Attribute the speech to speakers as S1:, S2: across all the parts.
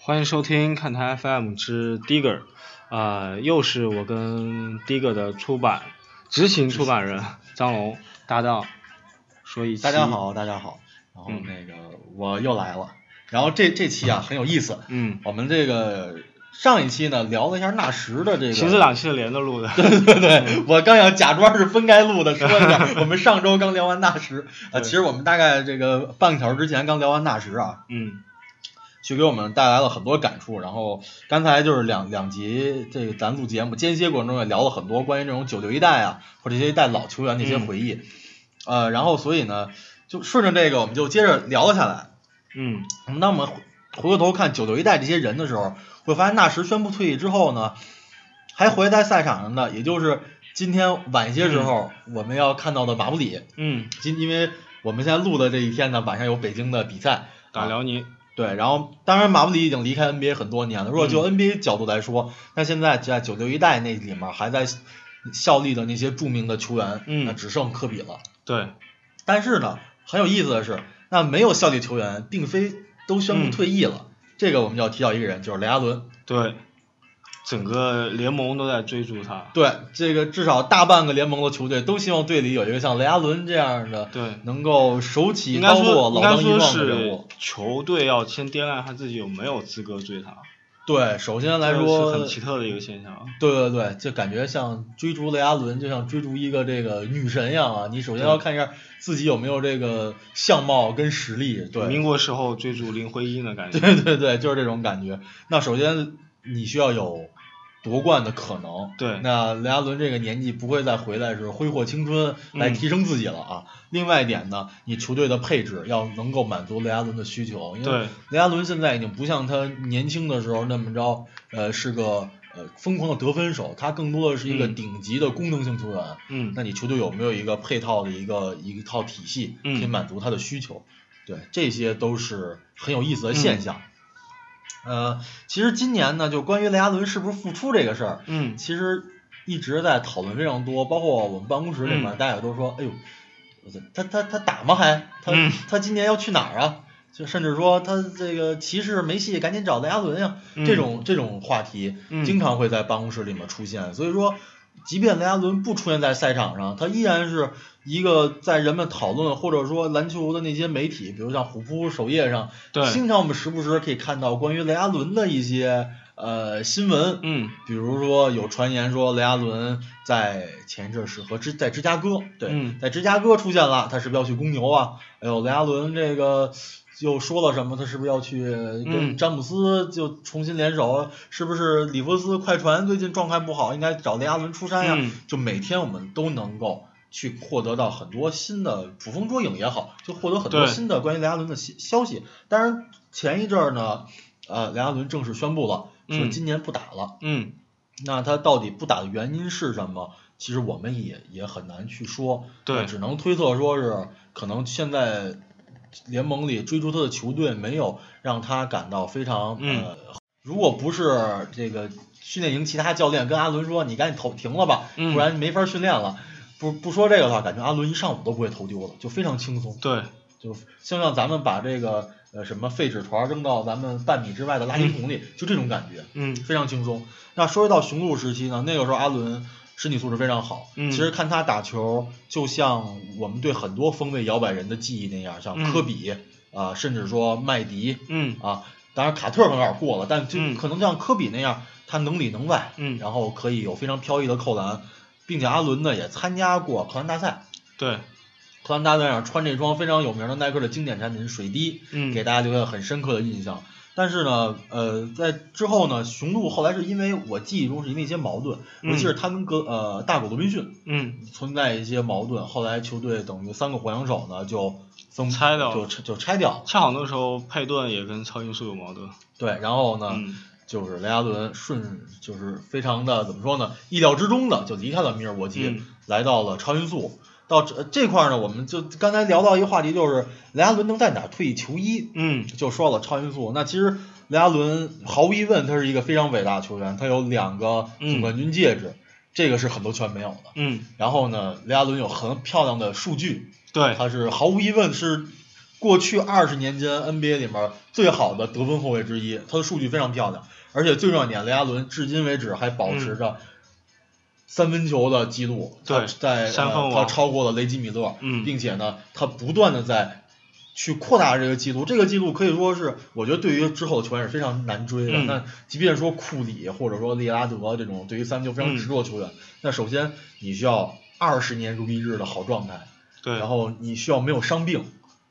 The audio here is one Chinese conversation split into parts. S1: 欢迎收听看台 FM 之 Digger，呃，又是我跟 Digger 的出版执行出版人张龙搭档说一期。嗯
S2: 大家好，大家好。然后那个、我又来了，然后这这期啊很有意思。
S1: 嗯，
S2: 我们这个上一期呢聊了一下纳什的这个，
S1: 其实两期是连着录的，
S2: 对对对， 我刚想假装是分开录的，说一 下我们上周刚聊完纳什啊，
S1: 对
S2: 其实我们大概这个半个小时之前刚聊完纳什啊，
S1: 嗯，
S2: 就给我们带来了很多感触。然后刚才就是两两集，这个咱录节目间歇过程中也聊了很多关于这种九六一代啊，或者这一代老球员的一
S1: 嗯
S2: 些回忆。呃，然后所以呢，就顺着这个，我们就接着聊了下来。
S1: 嗯，
S2: 嗯当我们回回过头看九六一代这些人的时候，会发现纳什宣布退役之后呢，还活跃在赛场上的，也就是今天晚些时候我们要看到的马布里。
S1: 嗯，
S2: 今因为我们现在录的这一天呢，晚上有北京的比赛，啊
S1: 打辽宁，
S2: 对，然后当然马布里已经离开 NBA 很多年了。如果
S1: 嗯
S2: 就 NBA 角度来说，那现在在九六一代那里面还在效力的那些著名的球员，
S1: 嗯
S2: 那只剩科比了。
S1: 对，
S2: 但是呢，很有意思的是，那没有效力球员并非都宣
S1: 嗯
S2: 布退役了。这个我们就要提到一个人，就是雷阿伦。
S1: 对，整个联盟都在追逐他，
S2: 对，这个至少大半个联盟的球队都希望队里有一个像雷阿伦这样的，
S1: 对，
S2: 能够手起
S1: 应该
S2: 刀落、
S1: 说应
S2: 老
S1: 该
S2: 当益
S1: 说
S2: 壮的人
S1: 是
S2: 物。
S1: 球队要先掂量他自己有没有资格追他，
S2: 对，首先来
S1: 这个
S2: 说，
S1: 是很奇特的一个现象，啊
S2: 对对对，就感觉像追逐雷阿伦，就像追逐一个这个女神一样啊！你首先要看一下自己有没有这个相貌跟实力，
S1: 民
S2: 对，
S1: 国时候追逐林徽因的感觉，
S2: 对对对，就是这种感觉。那首先你需要有夺冠的可能，
S1: 对
S2: 那雷阿伦这个年纪不会再回来是挥霍青春
S1: 嗯
S2: 来提升自己了啊。另外一点呢，你球队的配置要能够满足雷阿伦的需求，因为
S1: 对
S2: 雷阿伦现在已经不像他年轻的时候那么着，呃，是个呃疯狂的得分手，他更多的是一个
S1: 嗯
S2: 顶级的功能性球员。
S1: 嗯，
S2: 那你球队有没有一个配套的一个一套体系，
S1: 嗯
S2: 可以满足他的需求？对，这些都是很有意思的现象。
S1: 嗯
S2: 呃，其实今年呢，就关于雷阿伦是不是复出这个事儿，
S1: 嗯，
S2: 其实一直在讨论非常多，包括我们办公室里面，
S1: 嗯
S2: 大家也都说，哎呦，我操他他他打吗还？他、
S1: 嗯
S2: 他今年要去哪儿啊？就甚至说他这个骑士没戏，赶紧找雷阿伦呀、
S1: 嗯
S2: 这种这种话题
S1: 嗯
S2: 经常会在办公室里面出现，所以说。即便雷阿伦不出现在赛场上，他依然是一个在人们讨论或者说篮球的那些媒体，比如像虎扑首页上，
S1: 对
S2: 经常我们时不时可以看到关于雷阿伦的一些呃新闻，
S1: 嗯，
S2: 比如说有传言说雷阿伦在前一阵儿是和芝在芝加哥，对，
S1: 嗯
S2: 在芝加哥出现了，他是不是要去公牛啊？哎呦，雷阿伦这个又说了什么？他是不是要去跟
S1: 嗯
S2: 詹姆斯就重新联手？是不是里弗斯快船最近状态不好，应该找雷阿伦出山呀、
S1: 嗯
S2: 就每天我们都能够。去获得到很多新的捕风捉影也好，就获得很多
S1: 对
S2: 新的关于雷阿伦的消消息。当然，前一阵儿呢，呃，雷阿伦正式宣布了，说
S1: 嗯
S2: 今年不打了。
S1: 嗯，
S2: 那他到底不打的原因是什么？其实我们也也很难去说，
S1: 对
S2: 那只能推测说是可能现在联盟里追逐他的球队没有让他感到非常、
S1: 嗯
S2: 呃，如果不是这个训练营其他教练跟阿伦说你赶紧投停了吧，
S1: 嗯
S2: 不然没法训练了。不不说这个的话，感觉阿伦一上午都不会投丢了，就非常轻松。
S1: 对，
S2: 就就像咱们把这个呃什么废纸团扔到咱们半米之外的垃圾桶里，就这种感觉。
S1: 嗯
S2: 非常轻松。那说到雄鹿时期呢，那个时候阿伦身体素质非常好，
S1: 嗯
S2: 其实看他打球，就像我们对很多锋卫摇摆人的记忆那样，像
S1: 嗯
S2: 科比啊、甚至说麦迪
S1: 嗯
S2: 啊，当然卡特可能有点过了，但就
S1: 嗯
S2: 可能像科比那样，他能里能外，
S1: 嗯
S2: 然后可以有非常飘逸的扣篮，并且阿伦呢也参加过扣篮大赛。
S1: 对，
S2: 扣篮大赛上穿这双非常有名的耐克的经典产品水滴，
S1: 嗯
S2: 给大家留下很深刻的印象。但是呢，呃，在之后呢，雄鹿后来是因为我记忆中是因为一些矛盾，
S1: 嗯
S2: 尤其是他跟格呃大狗罗宾逊
S1: 嗯
S2: 存在一些矛盾，后来球队等于三个火枪手呢就分
S1: 拆掉了
S2: 就拆就拆掉了，
S1: 恰好那时候佩顿也跟超音速有矛盾，
S2: 对，然后呢，
S1: 嗯
S2: 就是雷阿伦顺就是非常的怎么说呢，意料之中的就离开了米尔沃基，
S1: 嗯
S2: 来到了超音速。到这这块儿呢，我们就刚才聊到一个话题，就是雷阿伦能在哪儿退役球衣，
S1: 嗯
S2: 就说了超音速。那其实雷阿伦毫无疑问，他是一个非常伟大的球员，他有两个总冠军戒指，这个是很多球员没有的。
S1: 嗯，
S2: 然后呢，雷阿伦有很漂亮的数据，
S1: 对，
S2: 他是毫无疑问是过去二十年间 NBA 里面最好的得分后卫之一，他的数据非常漂亮，而且最重要一点，雷阿伦至今为止还保持着三分球的记录，
S1: 嗯对
S2: 他在
S1: 三分
S2: 呃
S1: 王
S2: 他超过了雷吉米勒，
S1: 嗯
S2: 并且呢，他不断的在。去扩大这个记录，这个记录可以说是我觉得对于之后的球员是非常难追的。
S1: 嗯
S2: 那即便说库里或者说利拉德这种对于三分球非常执着的球员，那首先你需要二十年如一日的好状态，
S1: 对，
S2: 然后你需要没有伤病，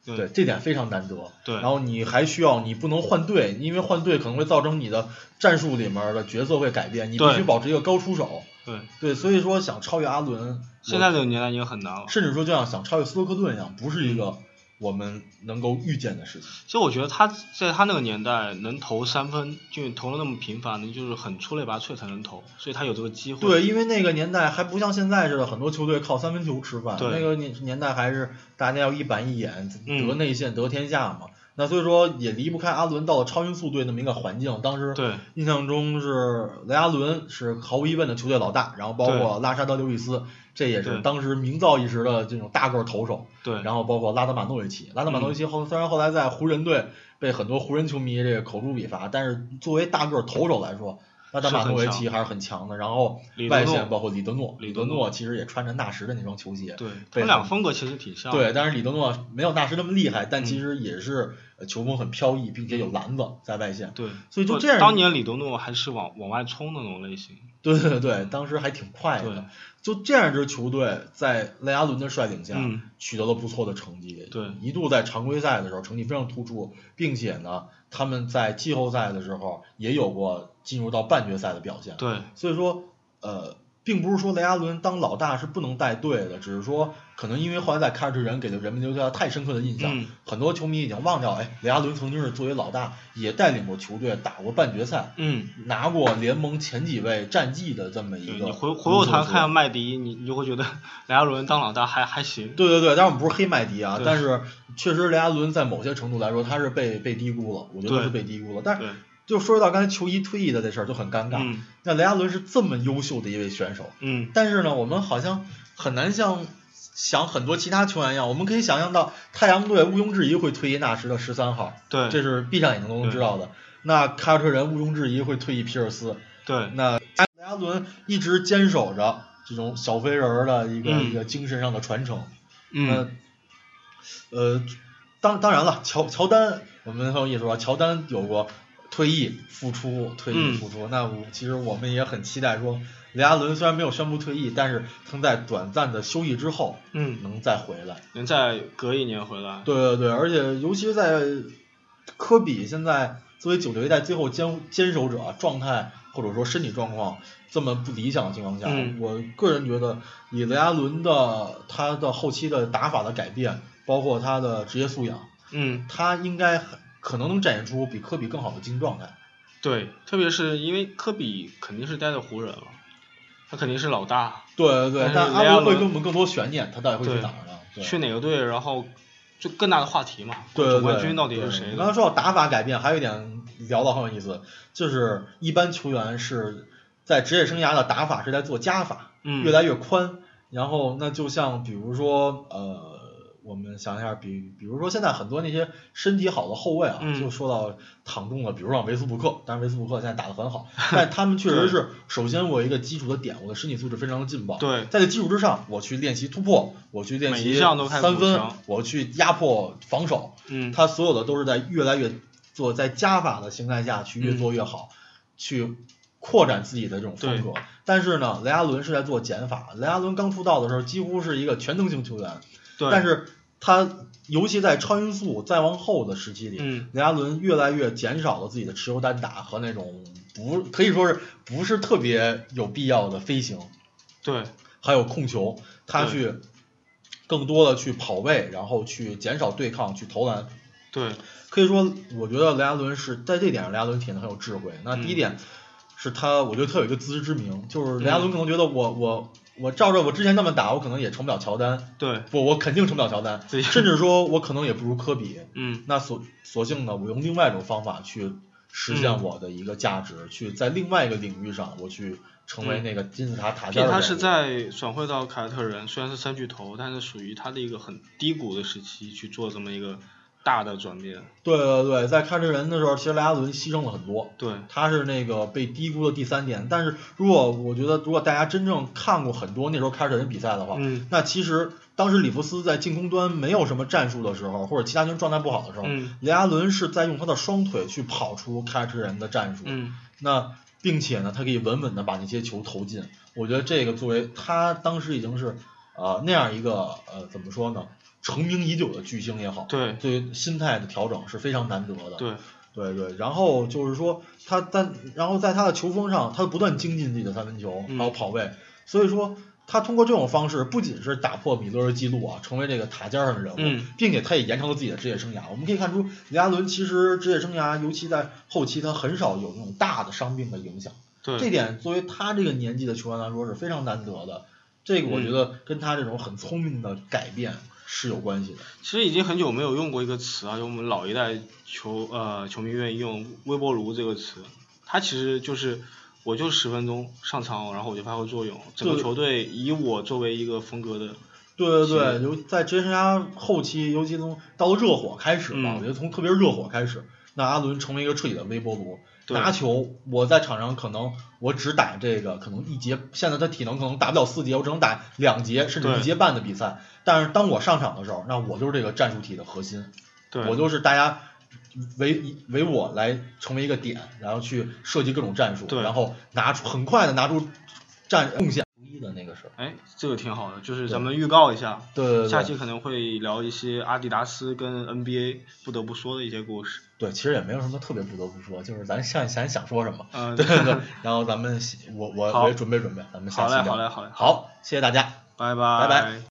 S1: 对
S2: 这点非常难得。
S1: 对
S2: 然后你还需要你不能换队，因为换队可能会造成你的战术里面的角色会改变，你必
S1: 对
S2: 须保持一个高出手。
S1: 对，
S2: 对，所以说想超越阿伦，
S1: 现在这个年代已经很难了
S2: 我。甚至说就像想超越斯托克顿一样，不是一个我们能够预见的事情。
S1: 其实我觉得他在他那个年代能投三分，就投的那么频繁的，就是很出类拔萃才能投，所以他有这个机会。
S2: 对，，因为那个年代还不像现在似的，很多球队靠三分球吃饭。
S1: 对
S2: 那个年年代还是大家要一板一眼，
S1: 嗯
S2: 得内线、得天下嘛。那所以说也离不开阿伦到了超音速队那么一个环境。当时
S1: 对
S2: 印象中是雷阿伦是毫无疑问的球队老大，然后包括拉沙德刘易斯，这也是
S1: 对
S2: 当时名噪一时的这种大个儿投手。
S1: 对，嗯
S2: 然后包括拉德马诺维奇，拉德马诺维奇后虽然后来在湖人队被很多湖人球迷这个口诛笔伐，但是作为大个儿投手来说，拉德马诺维奇还是很强的。然后
S1: 李德
S2: 外
S1: 诺
S2: 线包括李德诺，
S1: 李
S2: 李
S1: 德
S2: 德
S1: 诺
S2: 诺其实也穿着纳什的那双球鞋，
S1: 对，他
S2: 被
S1: 们两个
S2: 很
S1: 风格其实挺像。嗯
S2: 对，，但是李德诺没有纳什那么厉害，但其实也是呃球风很飘逸，并且有篮子在外线。
S1: 对，
S2: 所以就
S1: 不
S2: 这样
S1: 当年李德诺还是往往外冲的那种类型。
S2: 对对对，当时还挺快
S1: 对
S2: 的。就这样一支球队，在雷阿伦的率领下
S1: 嗯，
S2: 取得了不错的成绩。
S1: 对
S2: 一度在常规赛的时候成绩非常突出，并且呢，他们在季后赛的时候也有过进入到半决赛的表现。，
S1: 对，
S2: 所以说，呃，并不是说雷阿伦当老大是不能带队的，只是说可能因为后来在凯尔特人给的人们留下了太深刻的印象，
S1: 嗯
S2: 很多球迷已经忘掉，哎，雷阿伦曾经是作为老大也带领过球队打过半决赛。
S1: 嗯，
S2: 拿过联盟前几位战绩的这么一
S1: 对
S2: 个。
S1: 你回回过头来看看麦迪，你你就会觉得 莱阿伦当老大还还行。
S2: 对对对，当然我们不是黑麦迪啊，
S1: 对
S2: 但是确实雷阿伦在某些程度来说，他是被被低估了，我觉得
S1: 对
S2: 是被低估了。但是
S1: 对，
S2: 就说到刚才球衣退役的这事儿，就很尴尬。
S1: 嗯
S2: 那雷阿伦是这么优秀的一位选手，
S1: 嗯，
S2: 但是呢，我们好像很难像想很多其他球员啊一样，我们可以想象到太阳队毋庸置疑会退役纳什的十三号，
S1: 对
S2: 这是闭上眼睛都能知道的。那凯尔特人毋庸置疑会退役皮尔斯，
S1: 对，
S2: 那雷阿伦一直坚守着这种小飞人儿的一个、
S1: 嗯
S2: 一个精神上的传承。呃
S1: 嗯，
S2: 那，呃，当当然了，乔乔丹，我们很有意思吧？乔丹有过退役复出，退役
S1: 嗯
S2: 复出。那我其实我们也很期待说，雷阿伦虽然没有宣布退役，但是曾在短暂的休息之后，
S1: 嗯
S2: 能再回来。
S1: 能再隔一年回来。
S2: 对对对，而且尤其是在科比现在作为九六一代最后坚坚守者，状态或者说身体状况这么不理想的情况下，
S1: 嗯
S2: 我个人觉得以雷阿伦的他的后期的打法的改变，包括他的职业素养，
S1: 嗯，
S2: 他应该很可能能展现出比科比更好的竞技状态。
S1: 对，特别是因为科比肯定是待在湖人了，他肯定是老大。
S2: 对对对，
S1: 但
S2: 但
S1: 是
S2: 阿
S1: 雷阿
S2: 伦会
S1: 伦
S2: 给我们更多悬念，他到底会去
S1: 对
S2: 哪儿呢？对
S1: 去哪个队，然后就更大的话题嘛，
S2: 对对
S1: 总
S2: 对，
S1: 冠军到底
S2: 对
S1: 是谁
S2: 你刚才
S1: 的？
S2: 说到打法改变，还有一点聊到很有意思，就是一般球员是在职业生涯的打法是在做加法，
S1: 嗯
S2: 越来越宽。然后那就像比如说呃，我们想一下，比比如说现在很多那些身体好的后卫啊，
S1: 嗯
S2: 就说到躺中了，比如像维斯布鲁克，但是维斯布鲁克现在打得很好，但他们确实 是首先我有一个基础的点，我的身体素质非常的劲爆，
S1: 对
S2: 在这基础之上，我去练习突破，我去练
S1: 每
S2: 习
S1: 一项都开始
S2: 三
S1: 补
S2: 分
S1: 强，
S2: 我去压迫防守，
S1: 嗯，
S2: 他所有的都是在越来越做在加法的形态下
S1: 嗯
S2: 去越做越好，去扩展自己的这种风格。但是呢，雷阿伦是在做减法。雷阿伦刚出道的时候几乎是一个全能型球员，
S1: 对，
S2: 但是他尤其在超音速再往后的时期里，
S1: 嗯
S2: 雷阿伦越来越减少了自己的持球单打和那种不可以说是不是特别有必要的飞行，
S1: 对，
S2: 还有控球，他
S1: 对
S2: 去更多的去跑位，然后去减少对抗，去投篮。
S1: 对，
S2: 可以说，我觉得雷阿伦是在这点上，雷阿伦体现的很有智慧。那
S1: 嗯
S2: 第一点是他，我觉得他有一个自知之明，就是
S1: 嗯
S2: 雷阿伦可能觉得我我我照着我之前那么打，我可能也成不了乔丹，
S1: 对，
S2: 不，我肯定成不了乔丹，
S1: 对
S2: 甚至说我可能也不如科比。
S1: 嗯，
S2: 那索索性呢，我用另外一种方法去实
S1: 嗯
S2: 现我的一个价值，去在另外一个领域上，我去成为那个金字塔塔
S1: 毕竟
S2: 尖儿的人
S1: 嗯
S2: 物。
S1: 他是在转会到凯尔特人，虽然是三巨头，但是属于他的一个很低谷的时期去做这么一个大的转变。
S2: 对对对，在看这人的时候，其实莱阿伦牺牲了很多。
S1: 对，
S2: 他是那个被低估的第三点，但是如果我觉得，如果大家真正看过很多那时候开始人比赛的话，
S1: 嗯
S2: 那其实当时里弗斯在进攻端没有什么战术的时候，或者其他球员状态不好的时候，
S1: 嗯
S2: 雷阿伦是在用他的双腿去跑出开车人的战术，
S1: 嗯，
S2: 那并且呢，他可以稳稳的把那些球投进。我觉得这个作为他当时已经是呃那样一个呃怎么说呢，成名已久的巨星也好，
S1: 对，
S2: 对于心态的调整是非常难得的。
S1: 对，
S2: 对对，然后就是说他在，然后在他的球风上，他不断精进自己的三分球，
S1: 嗯
S2: 还有跑位，所以说他通过这种方式，不仅是打破米勒的记录啊，成为这个塔尖上的人物，
S1: 嗯
S2: 并且他也延长了自己的职业生涯。我们可以看出，雷阿伦其实职业生涯，尤其在后期，他很少有那种大的伤病的影响，这
S1: 对，
S2: 点作为他这个年纪的球员来说是非常难得的。这
S1: 嗯
S2: 个我觉得跟他这种很聪明的改变是有关系的。
S1: 其实已经很久没有用过一个词啊，就我们老一代球呃球迷愿意用“微波炉”这个词，它其实就是我就十分钟上场，然后我就发挥作用，整个
S2: 对
S1: 球队以我作为一个风格的，
S2: 对对对，尤在职业生涯后期，尤其从到了热火开始吧，
S1: 嗯
S2: 我觉得从特别热火开始，那阿伦成为一个彻底的微波炉。
S1: 对
S2: 拿球，我在场上可能我只打这个，可能一节，现在他体能可能打不了四节，我只能打两节甚至
S1: 对
S2: 一节半的比赛。但是当我上场的时候，那我就是这个战术体的核心，
S1: 对，
S2: 我就是大家围围我来成为一个点，然后去设计各种战术，
S1: 对
S2: 然后拿出很快的拿出战贡献。一的那个是，
S1: 哎，这个挺好的，就是咱们预告一下，
S2: 对对对，
S1: 下期可能会聊一些阿迪达斯跟 NBA 不得不说的一些故事。
S2: 对，其实也没有什么特别不得不说，就是咱想想想说 什么，
S1: 嗯、
S2: 对对对。然后咱们我我
S1: 好
S2: 我也准备准备，咱们下
S1: 好
S2: 期
S1: 嘞，
S2: 聊。
S1: 好嘞，好嘞，
S2: 好，谢谢大家。
S1: 拜拜，
S2: 拜拜。